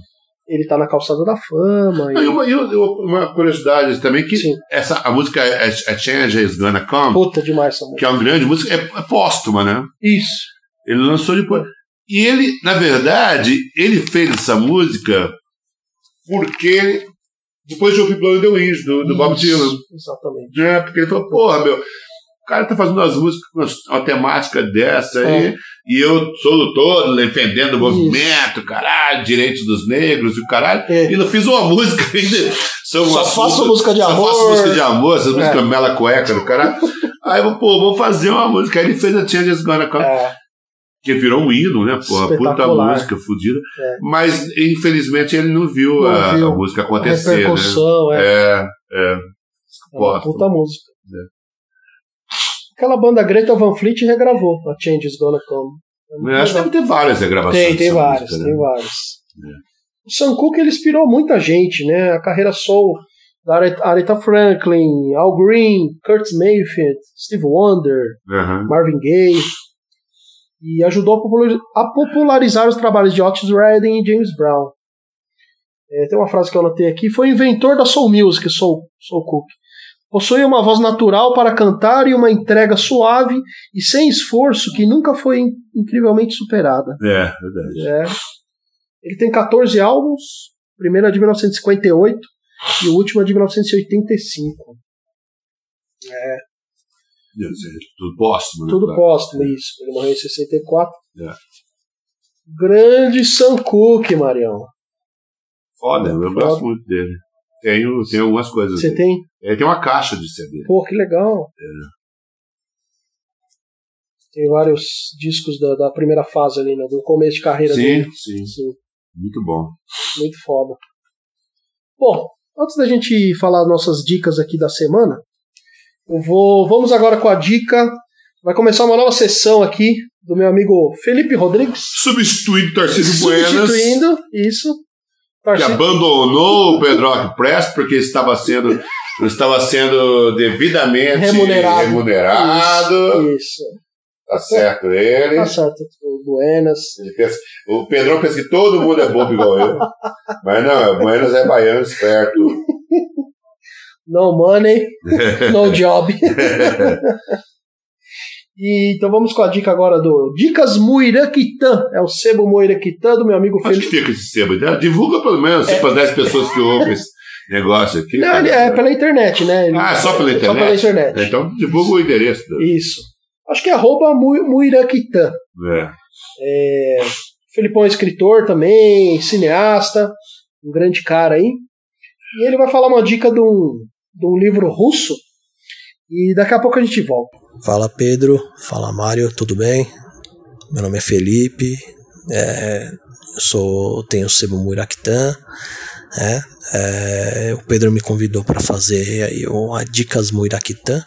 Ele tá na calçada da fama. Ah, E E... uma, e uma curiosidade também, que Sim. essa, a música é, é Change is Gonna Come, Puta demais essa música. que é uma grande música, é, é póstuma, né? Isso. Ele lançou depois. E ele, na verdade, ele fez essa música porque depois de ouvir Blowing the Wind, do, do Bob Isso, Dylan. Exatamente. né? Porque ele falou, porra, meu, o cara tá fazendo umas músicas com umas- uma temática dessa aí, e eu sou do todo, defendendo o movimento, caralho, direitos dos negros e o caralho. É. E não fiz uma música ainda Só sobre um faço assunto- música de Só amor. faço música de amor, essa música É. mela cueca do caralho. Aí, eu, pô, vou fazer uma música. Aí ele fez a Changes Gonna Come, É, que virou um hino, né, porra, puta Espetacular. música fodida. É. Mas, infelizmente, ele não viu, Não a, viu a música a acontecer, né? repercussão, é. É, é. É uma Gosto. É. puta música. Aquela banda Greta Van Fleet regravou a Change is Gonna Come. É muito Eu acho que legal. deve ter várias gravações. tem, tem dessa vários, música, né? É. tem vários. O Sam Cooke ele inspirou muita gente, né? A carreira soul da Are- Aretha Franklin, Al Green, Kurt Mayfield, Steve Wonder, Aham. Marvin Gaye. E ajudou a populari- a popularizar os trabalhos de Otis Redding e James Brown. É, tem uma frase que eu anotei aqui. Foi inventor da soul music, soul, soul Cooke. Possui uma voz natural para cantar e uma entrega suave e sem esforço que nunca foi in- incrivelmente superada. É, verdade. É. Ele tem 14 álbuns, o primeiro é de 1958 e o último é de 1985. Deus, é tudo póstumo, né? Tudo Claro. póstumo, isso. Ele morreu em 64. É. Grande Sam Cooke, Marião. Foda, eu Foda. gosto muito dele. Tenho, tenho algumas coisas. Você dele. tem? Ele tem uma caixa de CD. Pô, que legal. É. Tem vários discos da, da primeira fase ali, né? Do começo de carreira Sim, dele. sim. Sim. Muito bom. Muito foda. Bom, antes da gente falar nossas dicas aqui da semana, eu vou. Vamos agora com a dica. Vai começar uma nova sessão aqui do meu amigo Felipe Rodrigues. Substituindo Tarcísio Buenas, que Substituindo isso. Tarcísio- abandonou o Pedrock Press porque estava sendo, estava sendo devidamente Remunerado. remunerado. Isso. Tá certo ele. Tá certo. o Buenas. Ele pensa- o Pedrão pensa que todo mundo é bobo igual eu. Mas não, o Buenas é baiano, esperto. No money. No job. E, então vamos com a dica agora do Dicas Muiraquitã. É o sebo Muiraquitã do meu amigo Onde que Felipe. fica esse sebo? Né? Divulga pelo menos, tipo, as 10 pessoas que ouvem esse negócio aqui. Não, cara. ele é pela internet, né? Ele- Ah, é só pela internet? Só pela internet. Então divulga o endereço. da- Isso. Acho que é arroba Mu- Muiraquitã. É. Felipão é escritor também, cineasta, um grande cara aí. E ele vai falar uma dica de um, de um livro russo. E daqui a pouco a gente volta. Fala Pedro, fala Mário, tudo bem? Meu nome é Felipe, é, eu sou, tenho o sebo Muiractã, né? É, o Pedro me convidou para fazer aí uma Dicas Muiractã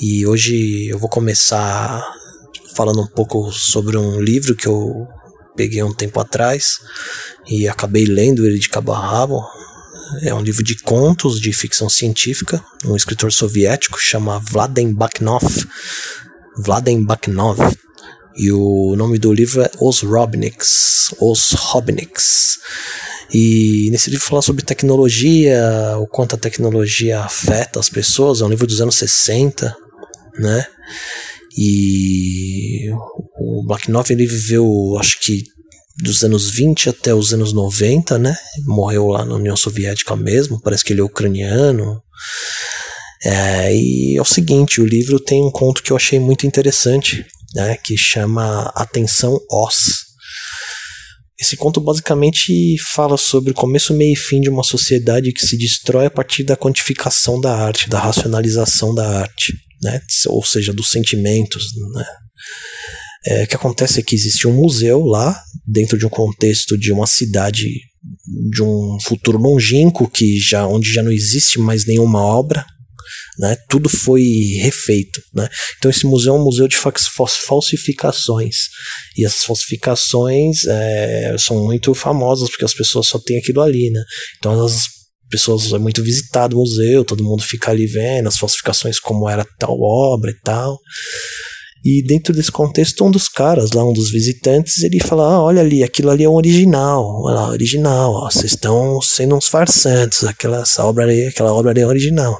e hoje eu vou começar falando um pouco sobre um livro que eu peguei um tempo atrás e acabei lendo ele de cabo a rabo. É um livro de contos de ficção científica, um escritor soviético chama Vladen Baknov. Vladen Baknov. E o nome do livro é Os Robniks. Os Robniks. E nesse livro fala sobre tecnologia, o quanto a tecnologia afeta as pessoas. É um livro dos anos 60, né? E o Baknov ele viveu, acho que dos anos 20 até os anos 90, né? Morreu lá na União Soviética mesmo, parece que ele é ucraniano. É, e é o seguinte, o livro tem um conto que eu achei muito interessante, né? Que chama Atenção Oz. Esse conto basicamente fala sobre o começo, meio e fim de uma sociedade que se destrói a partir da quantificação da arte, da racionalização da arte, né? Ou seja, dos sentimentos, né? É, o que acontece é que existe um museu lá, dentro de um contexto de uma cidade de um futuro longínquo que já onde já não existe mais nenhuma obra, né? Tudo foi refeito, né? Então esse museu é um museu de fax- fos- falsificações e essas falsificações é, são muito famosas porque as pessoas só têm aquilo ali, né? Então as pessoas é muito visitado o museu, todo mundo fica ali vendo as falsificações como era tal obra e tal. E dentro desse contexto, um dos caras lá, um dos visitantes, ele fala: ah, olha ali, aquilo ali é um original, olha lá, original, ó, vocês estão sendo uns farsantes, aquela, essa obra ali, aquela obra ali é original.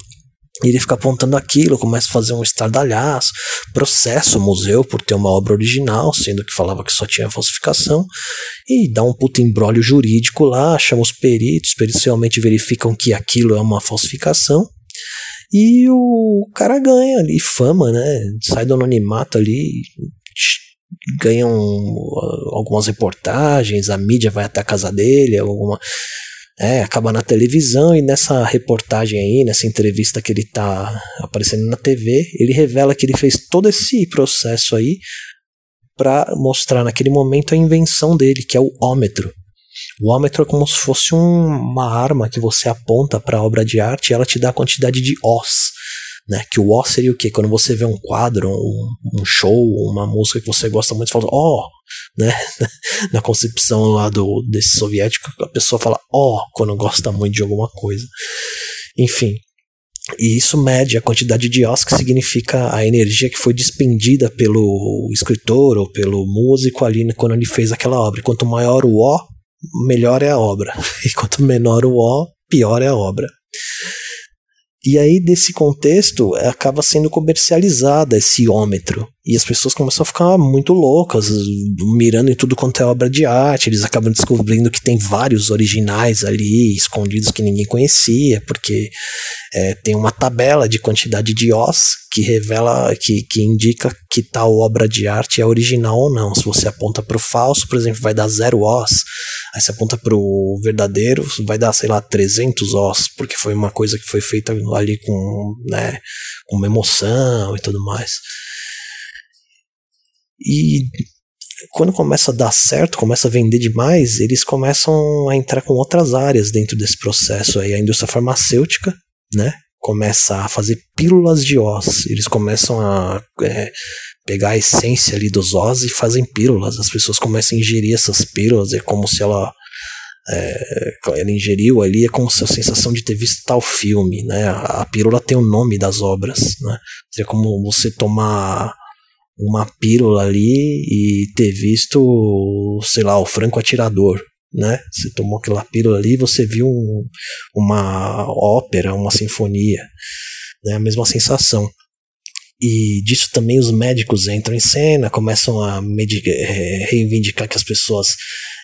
E ele fica apontando aquilo, começa a fazer um estardalhaço, processa o museu por ter uma obra original, sendo que falava que só tinha falsificação, e dá um puto embrólio jurídico lá, chama os peritos, os peritos realmente verificam que aquilo é uma falsificação, e o cara ganha ali fama, né? Sai do anonimato ali, ganha um- algumas reportagens, a mídia vai até a casa dele, alguma. É, acaba na televisão e nessa reportagem aí, nessa entrevista que ele tá aparecendo na TV, ele revela que ele fez todo esse processo aí para mostrar naquele momento a invenção dele, que é o ómetro. O ômetro é como se fosse um- uma arma que você aponta para a obra de arte e ela te dá a quantidade de os. Né? Que o ó seria o quê? Quando você vê um quadro, um, um show, uma música que você gosta muito, você fala ó, né? Na concepção lá do, desse soviético, a pessoa fala ó quando gosta muito de alguma coisa. Enfim. E isso mede a quantidade de os que significa a energia que foi despendida pelo escritor ou pelo músico ali quando ele fez aquela obra. E Quanto maior o ó, melhor é a obra. E quanto menor o O, pior é a obra. E aí, desse contexto, acaba sendo comercializada esse ômetro. E as pessoas começam a ficar muito loucas, mirando em tudo quanto é obra de arte. Eles acabam descobrindo que tem vários originais ali, escondidos que ninguém conhecia, porque é, tem uma tabela de quantidade de os que revela, que, que indica que tal obra de arte é original ou não. Se você aponta para o falso, por exemplo, vai dar zero os. Aí você aponta pro verdadeiro, vai dar, sei lá, 300 os, porque foi uma coisa que foi feita ali com, né, com uma emoção e tudo mais. E quando começa a dar certo, começa a vender demais, eles começam a entrar com outras áreas dentro desse processo aí. A indústria farmacêutica, né, começa a fazer pílulas de os. Eles começam a é, pegar a essência ali dos os e fazem pílulas. As pessoas começam a ingerir essas pílulas, é como se ela. é, ela ingeriu ali, é como se a sensação de ter visto tal filme, né? A, a pílula tem o nome das obras, né? Seria como você tomar uma pílula ali e ter visto, sei lá, o Franco Atirador, né? Você tomou aquela pílula ali e você viu um- uma ópera, uma sinfonia, né? A mesma sensação. E disso também os médicos entram em cena, começam a eh, reivindicar que as pessoas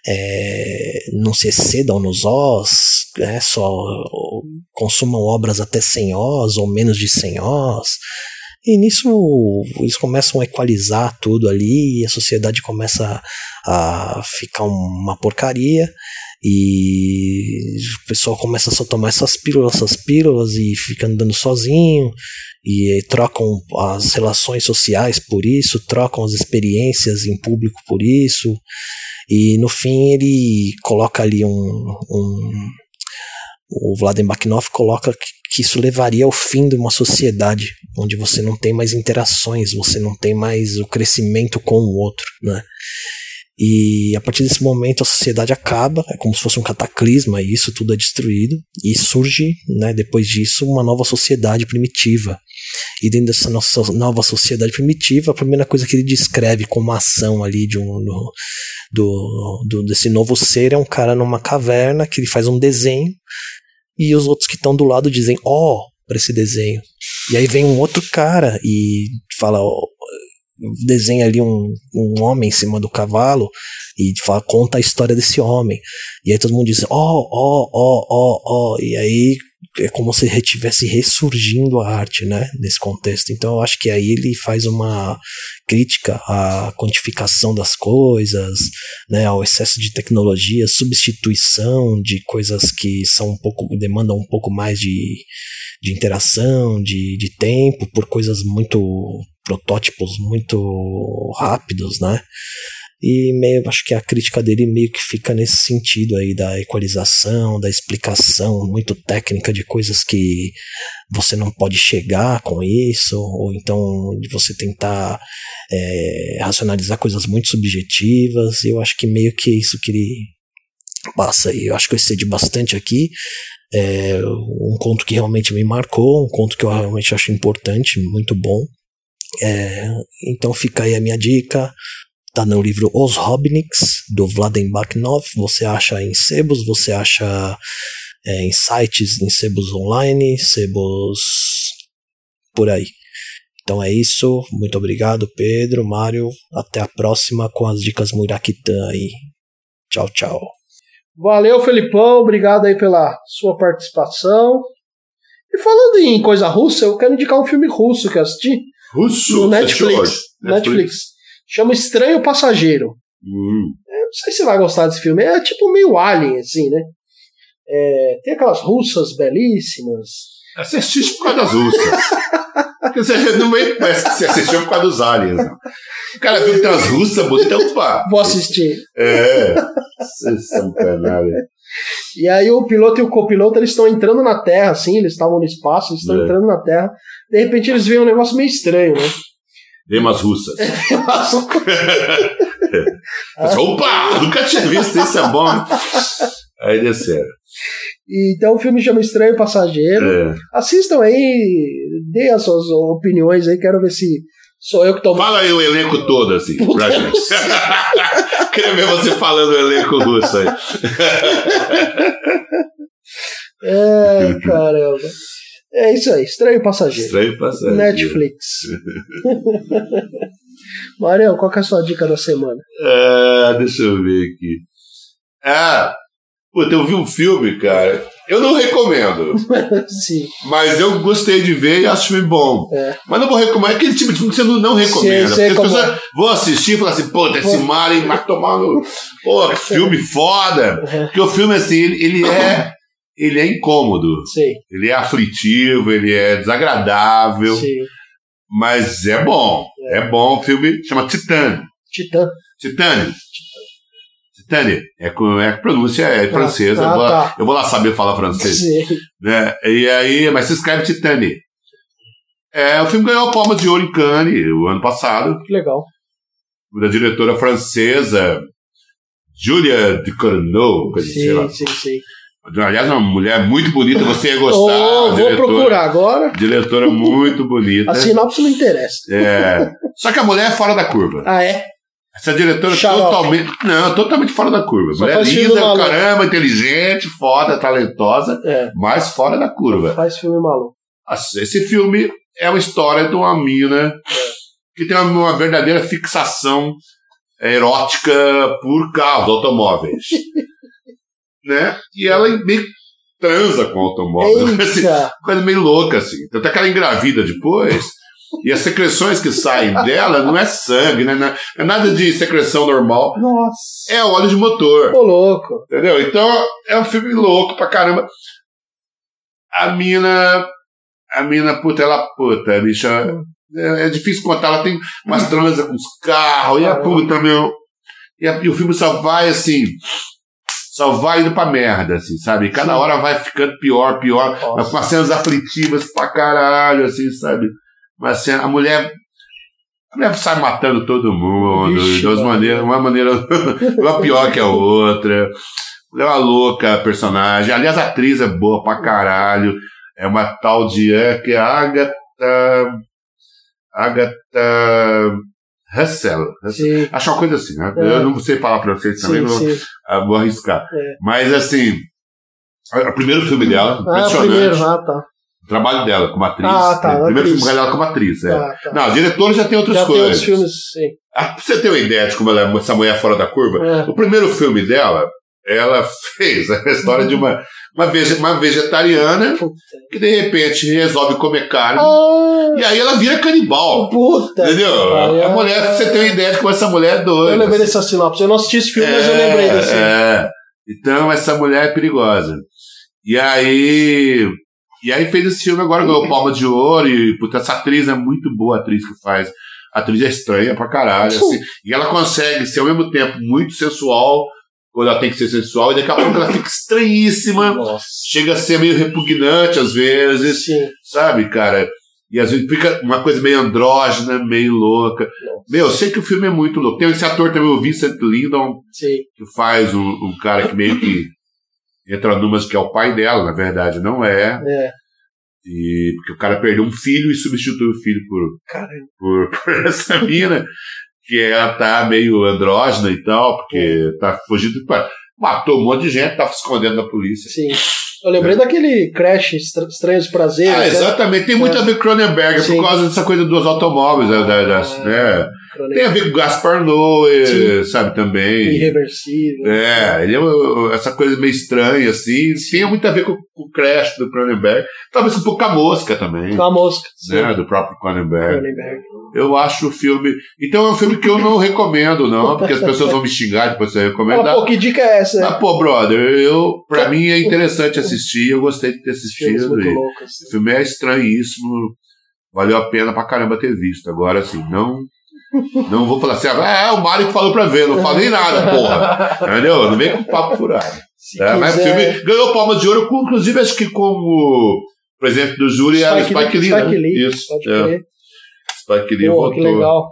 eh, não se excedam nos ós, né, só ou, consumam obras até 100 ós ou menos de 100 ós. E nisso eles começam a equalizar tudo ali e a sociedade começa a ficar uma porcaria e o pessoal começa a só tomar essas pílulas, essas pílulas e fica andando sozinho e eh, trocam as relações sociais por isso, trocam as experiências em público por isso e no fim ele coloca ali um, um o Vladen Bakhnov coloca que isso levaria ao fim de uma sociedade onde você não tem mais interações, você não tem mais o crescimento com o outro, né? E a partir desse momento a sociedade acaba, é como se fosse um cataclisma, e isso tudo é destruído, e surge, né, depois disso, uma nova sociedade primitiva. E dentro dessa nossa nova sociedade primitiva, a primeira coisa que ele descreve como ação ali de um, do, do, do desse novo ser é um cara numa caverna que ele faz um desenho, e os outros que estão do lado dizem ó oh, para esse desenho. E aí vem um outro cara e fala, oh, desenha ali um, um homem em cima do cavalo e fala, conta a história desse homem. E aí todo mundo diz, ó, ó, ó, ó, ó. E aí é como se estivesse ressurgindo a arte, né? Nesse contexto. Então eu acho que aí ele faz uma crítica à quantificação das coisas, né? Ao excesso de tecnologia, substituição de coisas que são um pouco, demandam um pouco mais de, de interação, de, de tempo, por coisas muito protótipos muito rápidos, né? E meio, acho que a crítica dele meio que fica nesse sentido aí da equalização, da explicação muito técnica de coisas que você não pode chegar com isso, ou então de você tentar é, racionalizar coisas muito subjetivas. Eu acho que meio que é isso que ele passa aí. Eu acho que eu excedi bastante aqui. É, um conto que realmente me marcou, um conto que eu realmente acho importante, muito bom. É, então fica aí a minha dica. Tá no livro Os Robniks, do Vladen Bakhnov. Você acha em sebos, você acha é, em sites, em sebos online, sebos por aí. Então é isso. Muito obrigado, Pedro, Mário. Até a próxima com as dicas Muraquitã aí. Tchau, tchau. Valeu, Felipão. Obrigado aí pela sua participação. E falando em coisa russa, eu quero indicar um filme russo que eu assisti. Russo? No Netflix. Netflix. Netflix. Chama Estranho Passageiro. Hum. Eu não sei se você vai gostar desse filme. É tipo meio Alien, assim, né? É, tem aquelas russas belíssimas. Você assiste É por causa das russas. Porque você não meio parece que você assistiu por causa dos aliens. né? O cara viu que tem umas russas, botão, pá. Vou assistir. É. Vocês são canalha. E aí o piloto e o copiloto eles estão entrando na Terra, assim, eles estavam no espaço, eles estão É. entrando na Terra. De repente eles veem um negócio meio estranho, né? Remas russas. Nossa, Ah. Pessoal, Opa! Nunca tinha visto isso, é bom. Aí desceram. E Então o filme chama Estranho Passageiro. É. Assistam aí, deem as suas opiniões aí, quero ver se sou eu que tomo. Fala aí o elenco todo, assim, pra gente. Queria ver você falando o elenco russo aí. É, caramba. É isso aí, Estranho Passageiro. Estranho passando. Netflix. Marião, qual que é a sua dica da semana? Ah, deixa eu ver aqui. Ah, puta, eu vi um filme, cara. Eu não recomendo, Sim. mas eu gostei de ver e acho filme bom. É. Mas não vou recomendar, é aquele tipo de filme que você não, não recomenda. Sei, sei porque as como pessoas vão assistir e falar assim, pô, esse Mario vai tomar no. Pô, que filme foda! É. Porque o filme, assim, ele, ele é. Ele é incômodo, Sim, ele é aflitivo, ele é desagradável, sim. mas é bom. É, bom. O filme chama Titã. Titã. Titane. Titane. É, com- é a pronúncia é francesa. ah, eu, vou lá, tá. eu vou lá saber falar francês. Sim. Né? E aí, mas se escreve Titane. É, o filme ganhou a Palma de Ouro em Cannes o ano passado, Que legal. da diretora francesa Julia Ducournau, coisa assim, sei Sim, lá. sim, sim. Aliás, uma mulher muito bonita, você ia gostar. Oh, vou diretora, procurar agora. Diretora muito bonita. A sinopse não interessa. É. Só que a mulher é fora da curva. Ah, é? Essa diretora é Xarope. totalmente. Não, totalmente fora da curva. Só Mulher faz filme linda, maluco. caramba, inteligente, foda, talentosa, É. mas fora da curva. Faz filme maluco. As- Esse filme é uma história de uma mina que tem uma, uma verdadeira fixação é, erótica por carros, automóveis. né? E ela meio que transa com o automóvel. Assim, Eita! coisa meio louca, assim. Tanto é que ela engravida depois. E as secreções que saem dela não é sangue, né? Não é- É nada de secreção normal. Nossa! É óleo de motor. Ô, louco! Entendeu? Então é um filme louco pra caramba. A mina. A mina, puta, ela puta, bicha. É, é difícil contar, ela tem umas transas com os carros, e a puta, meu. E, a- e o filme só vai assim. Só vai indo pra merda, assim, sabe? E Cada Sim. hora vai ficando pior, pior. Mas com Nossa. as cenas aflitivas pra caralho, assim, sabe? Mas assim, a mulher. A mulher sai matando todo mundo Vixe, de duas mano. maneiras, uma maneira, uma pior que a outra. Ela é uma louca a personagem. Aliás, a atriz é boa pra caralho. É uma tal de é, que é a Agatha. Agatha Russell. Sim, Acho uma coisa assim, né? É. Eu não sei falar francês também, sim, não sim. ah, vou arriscar. É. Mas assim, a- o primeiro filme dela, Ah, impressionante. primeiro, ah, tá. O trabalho dela como atriz. Ah, tá, né? O primeiro atriz. filme dela como atriz, é. tá, tá. Não, a diretora já tem outras Já tem coisas. outros filmes, sim. Ah, pra você ter uma ideia de como ela é essa mulher fora da curva, É. o primeiro filme dela, ela fez a história de uma, uma, vege- uma vegetariana Puta. que de repente resolve comer carne Ah, e aí ela vira canibal. puta! Entendeu? Ai, A ai, mulher, pra ai. você ter uma ideia de como essa mulher é doida. Eu lembrei dessa sinopse. Eu não assisti esse filme, mas eu lembrei desse. É. Então essa mulher é perigosa. E aí. E aí fez esse filme agora, ganhou Palma de Ouro, e puta, essa atriz é muito boa a atriz que faz. A atriz é estranha pra caralho. Tipo, assim. E ela consegue ser ao mesmo tempo muito sensual, quando ela tem que ser sensual, e daqui a pouco ela fica estranhíssima. Nossa. Chega a ser meio repugnante às vezes Sim. sabe, cara? E às vezes fica uma coisa meio andrógena, meio louca. Meu, eu sei que o filme é muito louco. Tem esse ator também, o Vincent Lindon, Sim. que faz um, um cara que meio que entra numas que é o pai dela, na verdade, não é. É. E, porque o cara perdeu um filho e substitui o filho por, Caramba. por, por essa mina, que ela tá meio andrógena e tal, É. porque tá fugindo. Matou um monte de gente, tá se escondendo da polícia. Sim. Eu lembrei daquele Crash, Estra- Estranhos Prazeres. É. Ah, né? exatamente. Tem muito É. a ver com Cronenberg, Sim. Ah, por causa dessa coisa dos automóveis, né, da- das, né? Tem a ver com Gaspar Noé, Sim. sabe, também. Irreversível. É, ele é um- essa coisa meio estranha, assim. Tem muito a ver com, com o Crash do Cronenberg. Talvez um pouco com a mosca também, Com a mosca. né? Do próprio Cronenberg. Cronenberg. Eu acho o filme. Então é um filme que eu não recomendo, não, porque as pessoas vão me xingar depois se eu Ah, recomendar. pô, que dica é essa? Ah, né? pô, brother, eu, pra mim é interessante assistir, eu gostei de ter Filmes assistido. é muito assim. e- loucos. esse filme é estranhíssimo. Valeu a pena pra caramba ter visto. Agora, assim, não. Não vou falar assim, ah, é o Mário que falou pra ver, não falei nada, porra. Entendeu? Não vem com papo furado. Se Tá? Mas o quiser- filme ganhou palma de ouro, com, inclusive, acho que como o presidente do júri era o Spike Lee. né? Spike Lee, Isso. pode é. crer. Spike Lee Pô, que votou. legal.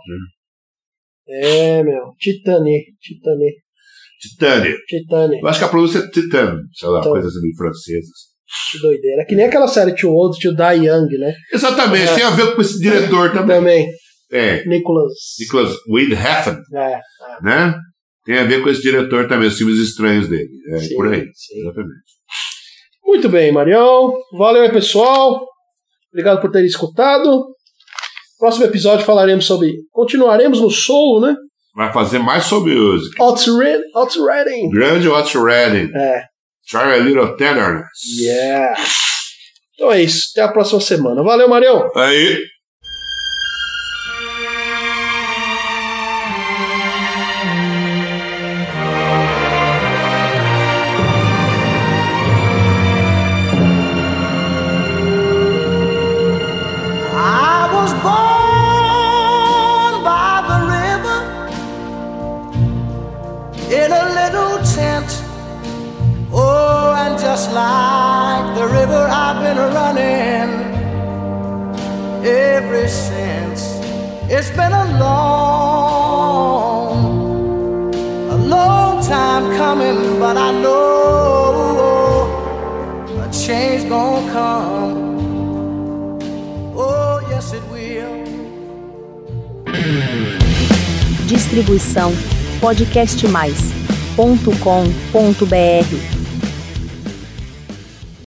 É, meu. Titani. Titani. Titânia. Titani. Eu acho que a pronúncia é Titânia, sei lá, Então. coisas assim, francesas. Que doideira. É Que nem aquela série Too Old, Too Die Young, né? Exatamente, É. Então. tem a ver com esse diretor também. Também. É, Nicholas. Nicholas Windhafen. É. né? Tem a ver com esse diretor também, os filmes estranhos dele. É Sim, por aí. sim. Exatamente. Muito bem, Marião. Valeu aí, pessoal. Obrigado por terem escutado. Próximo episódio falaremos sobre. Continuaremos no Soul, né? Vai fazer mais sobre music. Outriding. Grande Watch Redding. É. Try a Little Tenderness. Yeah. Então é isso. Até a próxima semana. Valeu, Marião. Aí. I was born by the river in a little tent. Oh, and just like the river, I've been running ever since. It's been a long, a long time coming, but I know a change gonna come. Oh, yes, it will. Distribuição podcast mais.com.br